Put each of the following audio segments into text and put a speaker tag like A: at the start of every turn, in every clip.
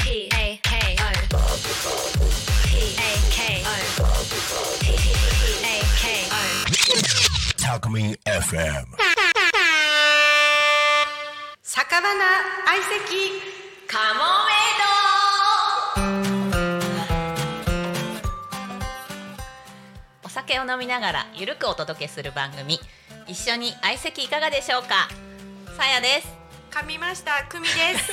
A: P A K O. P A K O. P A K O.
B: Talk Me FM.
C: 酒場な相席
A: カモメ
D: お酒を飲みながらゆるくお届けする番組一緒に相席いかがでしょうかさやです
C: 噛みました久美です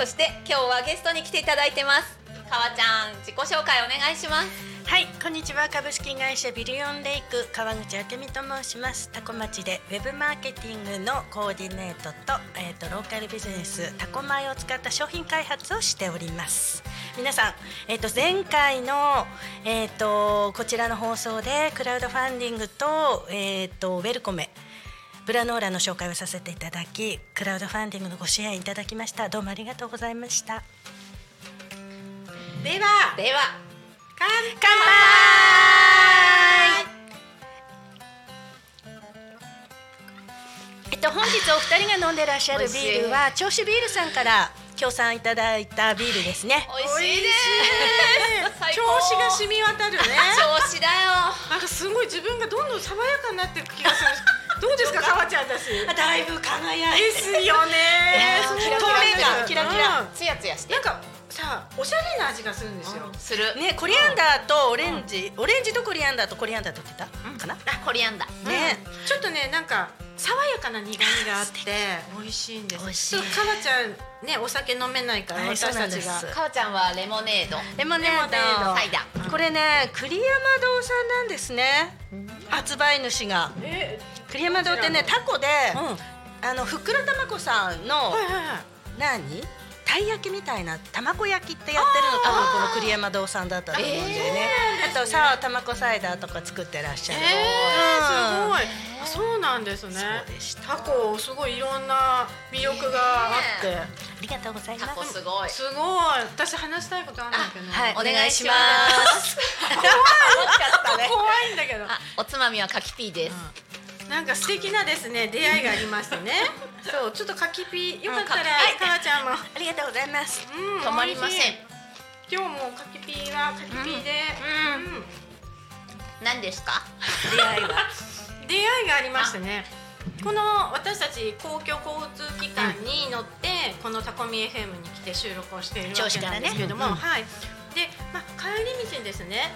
D: そして今日はゲストに来ていただいてますかわちゃん自己紹介お願いします
E: はい、こんにちは株式会社ビリオンレイク川口明美と申します。タコ町でウェブマーケティングのコーディネートとえっ、とローカルビジネスタコ米を使った商品開発をしております。皆さん、えっ、と前回のえっ、とこちらの放送でクラウドファンディングとえっ、とウェルコメブラノーラの紹介をさせていただき、クラウドファンディングのご支援いただきました。どうもありがとうございました。
C: では
D: では
C: 乾
D: 乾杯
E: えっと本日お二人が飲んでらっしゃるビールは銚子ビールさんから協賛いただいたビールですね。
D: 美味しいです最
C: 調
D: 高
C: 子が 染み渡るね
D: 調子だよ
C: なんかすごい自分がどんどん爽やかになっていく気がするどうですかかわちゃんだしで
E: だいぶ輝い
C: すよね
D: ね
C: そう
D: キラキ
E: ラ
C: 透明感
E: キラキラ
C: うん
D: つやつやして
C: なんかさおしゃれな味がするんですよ、
D: する、
E: ねコリアンダーとオレンジ、オレンジとコリアンダーとコリアンダーとって言ったかな。
D: あコリアンダー
E: ね
C: うんちょっとねなんか爽やかな苦みがあって美味しいんです
E: 美味しい
C: そうかわちゃんねお酒飲めないから
E: はい
C: 私たち
E: そうな
C: が
E: んです
D: かわちゃんはレモネード
E: レモネ
C: レモ
E: ー
C: ネード
E: ド
D: サイダー
E: これね栗山堂さんなんですね。発売主が
C: え
E: 栗山堂ってねタコで、
C: うんはい
E: あのふっくらたまこさんの、
C: はいはい
E: 何たい焼きみたいな卵焼きってやってるの多分この栗山堂さんだったと思うんだよね、あとさあたまこサイダーとか作ってらっしゃる、
C: えー、すご
E: い
C: い、あそうなんですね
E: そうでした
C: タコすごいいろんな魅力があって、
E: ありがとうございま
D: タ
E: す
D: コすごい
C: すごい私話したいことあるんだけど、
E: はい
D: お願いしま
E: お願いします
D: 怖かったね
C: 怖いんだけど
D: あ、おつまみはカキピーです。
C: なんか素敵なですね出会いがありましてね そうちょっと柿ピーよかったら、
D: うん柿
C: かなちゃんも、
E: ありがとうございます
C: うん、
D: 止まりま
C: 美
D: せ
C: 味し
D: ん
C: い。今日も柿ピーは柿ピーで、うん
D: 何ですか？
E: 出会いは
C: 出会いがありましてねこの私たち公共交通機関に乗って、このタコミ FM に来て収録をしているわけなんですけども、
E: 調子
C: はいで、まあ、帰り道にですね、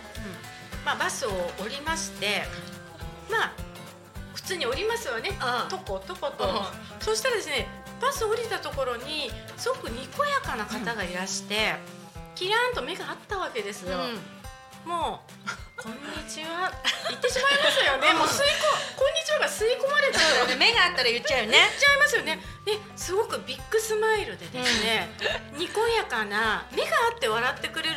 C: まあ、バスを降りましてまあ普通に降りますわね、
D: うん
C: とことこと、
D: うん
C: そしたらですねバス降りたところにすごくにこやかな方がいらして、キラーンと目があったわけですよ。もう「こんにちは」言ってしまいますよ ね。もう吸いこ「こんにちは」が吸い込まれちゃうよね。
E: 目があったら言っちゃうよね
C: 言っちゃいますよね。ですごくビッグスマイルでですね、にこやかな目があって笑ってくれる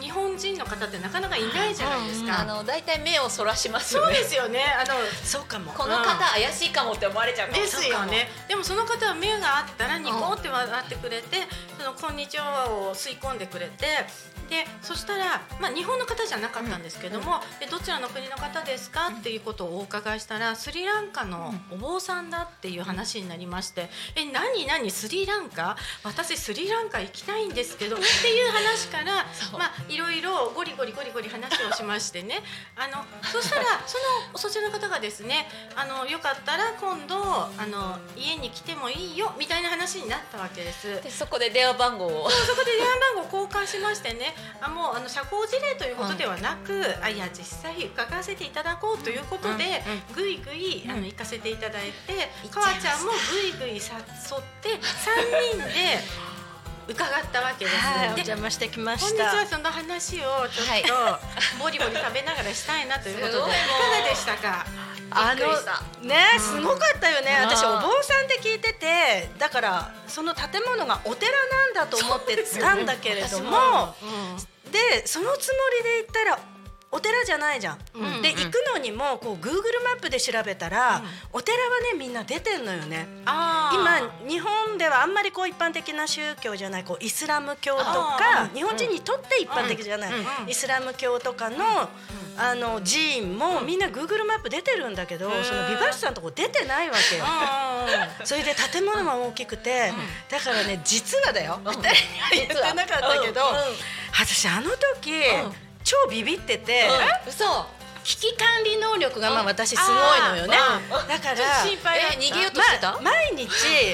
C: 日本人の方ってなかなかいないじゃないです
D: あ
C: か。
D: のだいたい目をそらします
C: そ
D: よ
C: う
D: ね。
C: ですよね。あの
E: そうかも
D: この方怪しいかもって思われちゃうかも
C: ですよ。ね。でもその方は目があったらニコって笑ってくれて、そのこんにちはを吸い込んでくれて、でそしたらまあ日本の方じゃなかったんですけども、でどちらの国の方ですかっていうことをお伺いしたら、スリランカのお坊さんだっていう話になりまして、え何何スリランカ？私スリランカ行きたいんですけどっていう話から
D: そう
C: まあいろいろゴリゴリゴリゴリ話をしましてね、あのそしたらそのそちらの方がですね、あのよかったら今度あの家に来てもいいよみたいな話になったわけです。
D: でそこで電話番号を。
C: そこで電話番号交換しましてねあもうあの社交辞令ということではなく、あいや実際伺わせていただこうということで、ぐいぐいあの行かせていただいて、かわちゃんもぐいぐい誘って3人で伺ったわけです。
E: はいお
C: で
E: 邪魔してきま
C: 本
E: し
C: 日
E: た
C: はその話をちょっと、ボリボリ食べながらしたいなということでい
D: す
C: か
D: ごいもう
C: がでしたか
E: あ
D: びっくりした
E: のねすごかったよね、
D: うん
E: 私お
D: うん
E: 坊さんって聞いててだからその建物がお寺なんだと思ってたんだけれども、でそのつもりで行ったらお寺じゃないじゃん。
C: うん
E: で
D: うん
E: 行くのにもこう Google マップで調べたら、
C: うん
E: お寺はねみんな出てんのよね。
C: あー
E: 今日本ではあんまりこう一般的な宗教じゃないこうイスラム教と
C: あ
E: か
C: ー
E: 日本人にとって一般的じゃない、
C: うんうん
E: イスラム教とかの,、あの寺院もみんな Google マップ出てるんだけど、
C: ん
E: そのビバッシュさんのとこ出てないわけよ。
C: う
E: それで建物も大きくて、だからね実はだよ、
D: うん
E: 二人には言ってなかったけど、
D: うんうん
E: 私あの時、
D: ん
E: 超ビビってて、
D: うん嘘
E: 危機管理能力がまあ
D: うん
E: 私すごいのよね
D: うんう。ん
E: だから
C: ちょっと心配だった
D: え逃げようとしてた
E: ま毎 日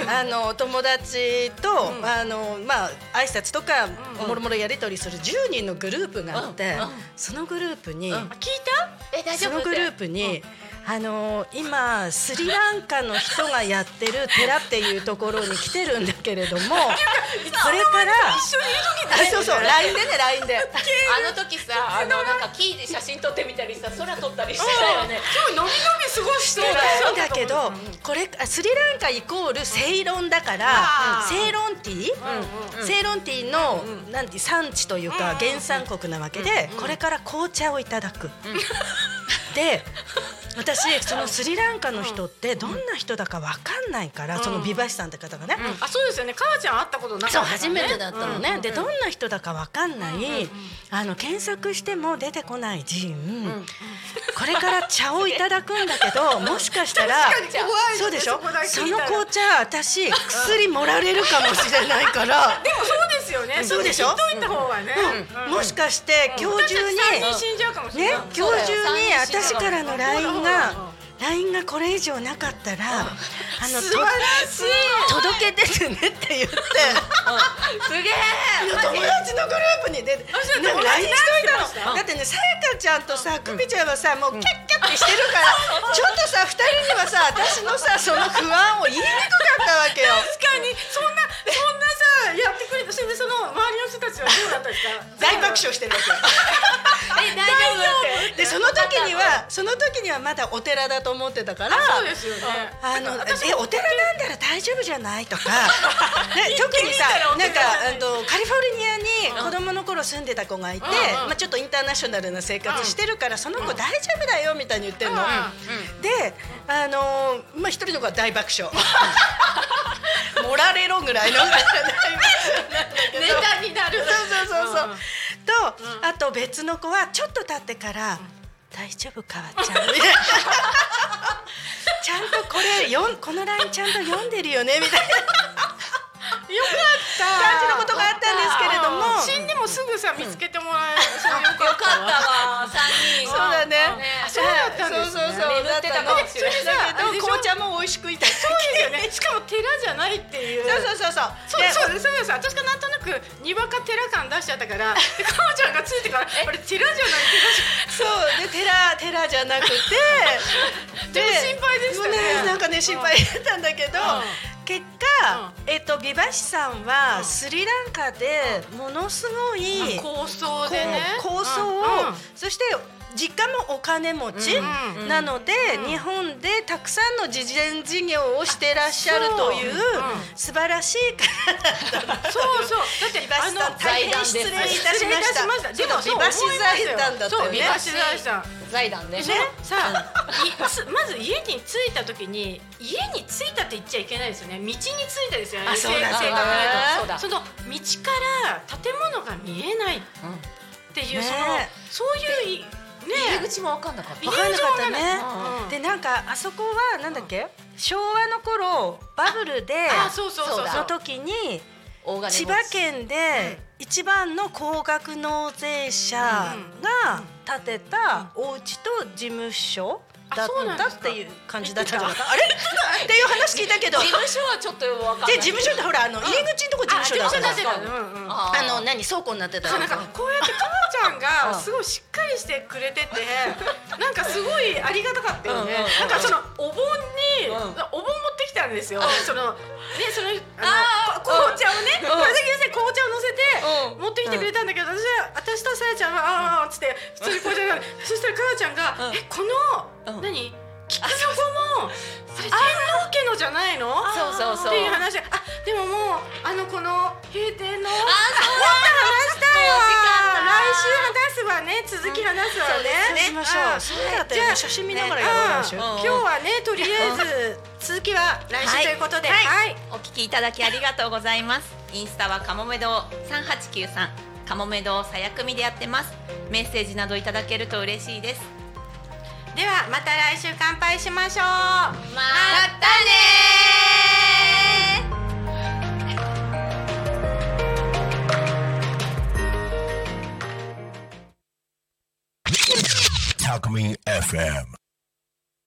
E: あの友達と、あのまあ挨拶とかもろもろやり取りする10人のグループがあって、
D: うんうん
E: そのグループに、
D: うん
C: 聞いた
D: え大丈
E: そ
D: 夫
E: のグループに。あの今スリランカの人がやってる寺っていうところに来てるんだけれ どもこれからあそうそう LINE でね LINE で
D: あの時さあのなんかキーで写真撮ってみたりさ空撮ったりしてたよね
C: 今日飲み飲み過ごして
E: そうだけどこれあスリランカイコールセイロンだから
C: あー
E: セイロンティーセイロンティーのなんて産地というか原産国なわけでこれから紅茶をいただ く。で私そのスリランカの人ってどんな人だかわかんないからそのビバシさんって方がね。
C: あそうですよね母ちゃん会ったことなかった
E: そう
C: からね
E: 初めてだったのね、でどんな人だかわかんない、あの検索しても出てこない人、これから茶をいただくんだ けどもしかしたら
C: 怖いね
E: そうでしょ
C: そこだけ
E: そ
C: 聞い
E: の
C: たら
E: 紅茶私薬盛られるかもしれないから
C: でもそうですよね
E: そうでし
C: 言
E: ょ
C: っといた方がねうん
E: もしかして今日中
C: 私たち3人
E: に
C: 死んじゃうかもし
E: ね
C: れない
E: 今日中に
D: そうだよ
E: 私からの LINE
C: うん
E: が LINE がこれ以上なかったらあのと
C: し
E: 届け出てねって言って。
D: すげえ
E: 友達のグループに出て、
C: あそう
E: なんか
C: 友達
E: LINE しと
C: 何し
E: い
C: て
E: た
C: ました
E: の。だってね、さやかちゃんとさ、くびちゃんはさ、もうキャッキャッてしてるから、ちょっとさ、二人にはさ、私のさ、その不安を言いにくかったわけよ。
C: 確かにそんなそんなさやってくれたそれでその周りの人たちはどうだったんですか
E: 大爆笑してるわ
D: え大丈夫
E: け。で、その時には、その時にはまだお寺だと思ってたから。
C: そうですよね
E: あのえお寺なんだら大丈夫じゃない とか、ね、特に
C: 行
E: さ
C: ってみたらお
E: なん
C: 寺じゃな
E: か
C: い
E: うんとカリフォルニアに子供の頃住んでた子がいて、まあ、ちょっとインターナショナルな生活してるから、その子大丈夫だよみたいに言ってるの、であのーまあ、一人の子は大爆 笑盛られろぐらいの大爆笑なんだけど
C: ネタになる
E: そうそうそうそう
C: うんうん。
E: と、あと別の子はちょっと経ってから「大丈夫かわちゃん」みた いな。ちゃんとこれよんこのラインちゃんと読んでるよねみたいな
C: よかった
E: 感じのことがあったんですけれども
C: うん死んでもすぐさ見つけてもらえるそれよか
D: よかったわ 三人
E: そうだね
D: ね
E: そうだったんですねそうそうそう
D: 眠ってたかもしれない
E: だったのだ
C: あれで
E: けど
C: しょ
E: 紅茶も美味しくいただ
C: そうですよねしかも寺じゃないっていう
E: けそうそうそうそう
C: そう
E: で
C: そうそうです私がなんとなくにわか寺感出しちゃった からでかおちゃんがついてからあれ寺じゃない
E: そうで寺寺じゃなくて
C: ち
E: で
C: ょっと心配でしたね
E: もうなんかね心配だったんだけど、結果、えっと美橋さんはスリランカでものすごい、
C: 寺構想
E: こ
C: でね
E: う構想を、
C: うんうん
E: そして実家もお金持ち
C: ん
E: なので、日本でたくさんの慈善事業をしてらっしゃるという
C: うん
E: 素晴らしい方だった
C: そうそうだって
E: 美橋さん大変失礼いたしました
C: でも
E: そう美橋財団だったよね
C: 美橋財団
D: 財団ね
C: ねさあいつまず家に着いた時に家に着いたって言っちゃいけないですよね道に着いたですよね
E: あそうだ
C: 正
E: そう
C: 正
E: だ
C: 確に言うと
D: そうだ
C: その道から建物が見えないっていう、
E: ね
C: そのそういういね
D: 入り口も分かんなかった
E: 分かんなかったね
C: う、ん
E: でなんかあそこはなんだっけ、昭和の頃バブルで
C: あそうそうそうそう
D: だ
E: の時に
D: 大金持ち
E: 千葉県で一番の高額納税者が建てたお家と事務所だ
C: あそうな
E: っ
C: んで
E: た
C: すか
E: っていう感じだったんじゃないかあれっていう話聞いたけど
D: 事務所はちょっと分かんない
E: で事務所ってほらあの入り口のとこ事
C: あ
E: 務所だっ
C: 事
E: た
C: 務所出て
E: の
C: るうんうん
D: あ
E: あ
D: ー
E: の何倉庫になってた
C: そうな
E: の
C: んかこうやってかなちゃんがすごいしっかりしてくれててなんかすごいありがたかったよね
D: うんうんうん
C: なんかそのお盆に
D: うん
C: お盆持ってきたんですよそのねそのあ
D: あ
C: のこ紅
D: ー
C: 茶をねこ
D: うん
C: れだけで紅茶を乗せ
D: う
C: て
D: ん
C: 持ってきてくれたんだけど私は私とさやちゃんはあーあーあーっつって普通に紅茶がそしたらかなちゃんがえこ
D: うんう
C: の
D: ん
C: 何菊の子も安納家のじゃないの
D: そうそうそう
C: っていう話であでももうあのこの閉店の
D: あそう
C: 話したよ。来週話すわ
D: も
C: ね。続き話すわね。
E: そうしましょうそうだった
C: じ
E: よね
C: ゃあ
E: 写真見ながらやろうよ来週
C: ね
D: うん
C: 今日はねとりあえず続きは来週ということで、
D: はい
C: はい。
D: お聞きいただきありがとうございます。インスタはかもめ堂三八九三、かもめ堂さやくみでやってます。メッセージなどいただけると嬉しいです。
E: ではまた来週乾杯しましょうま
D: またねー
B: た Talk Me FM.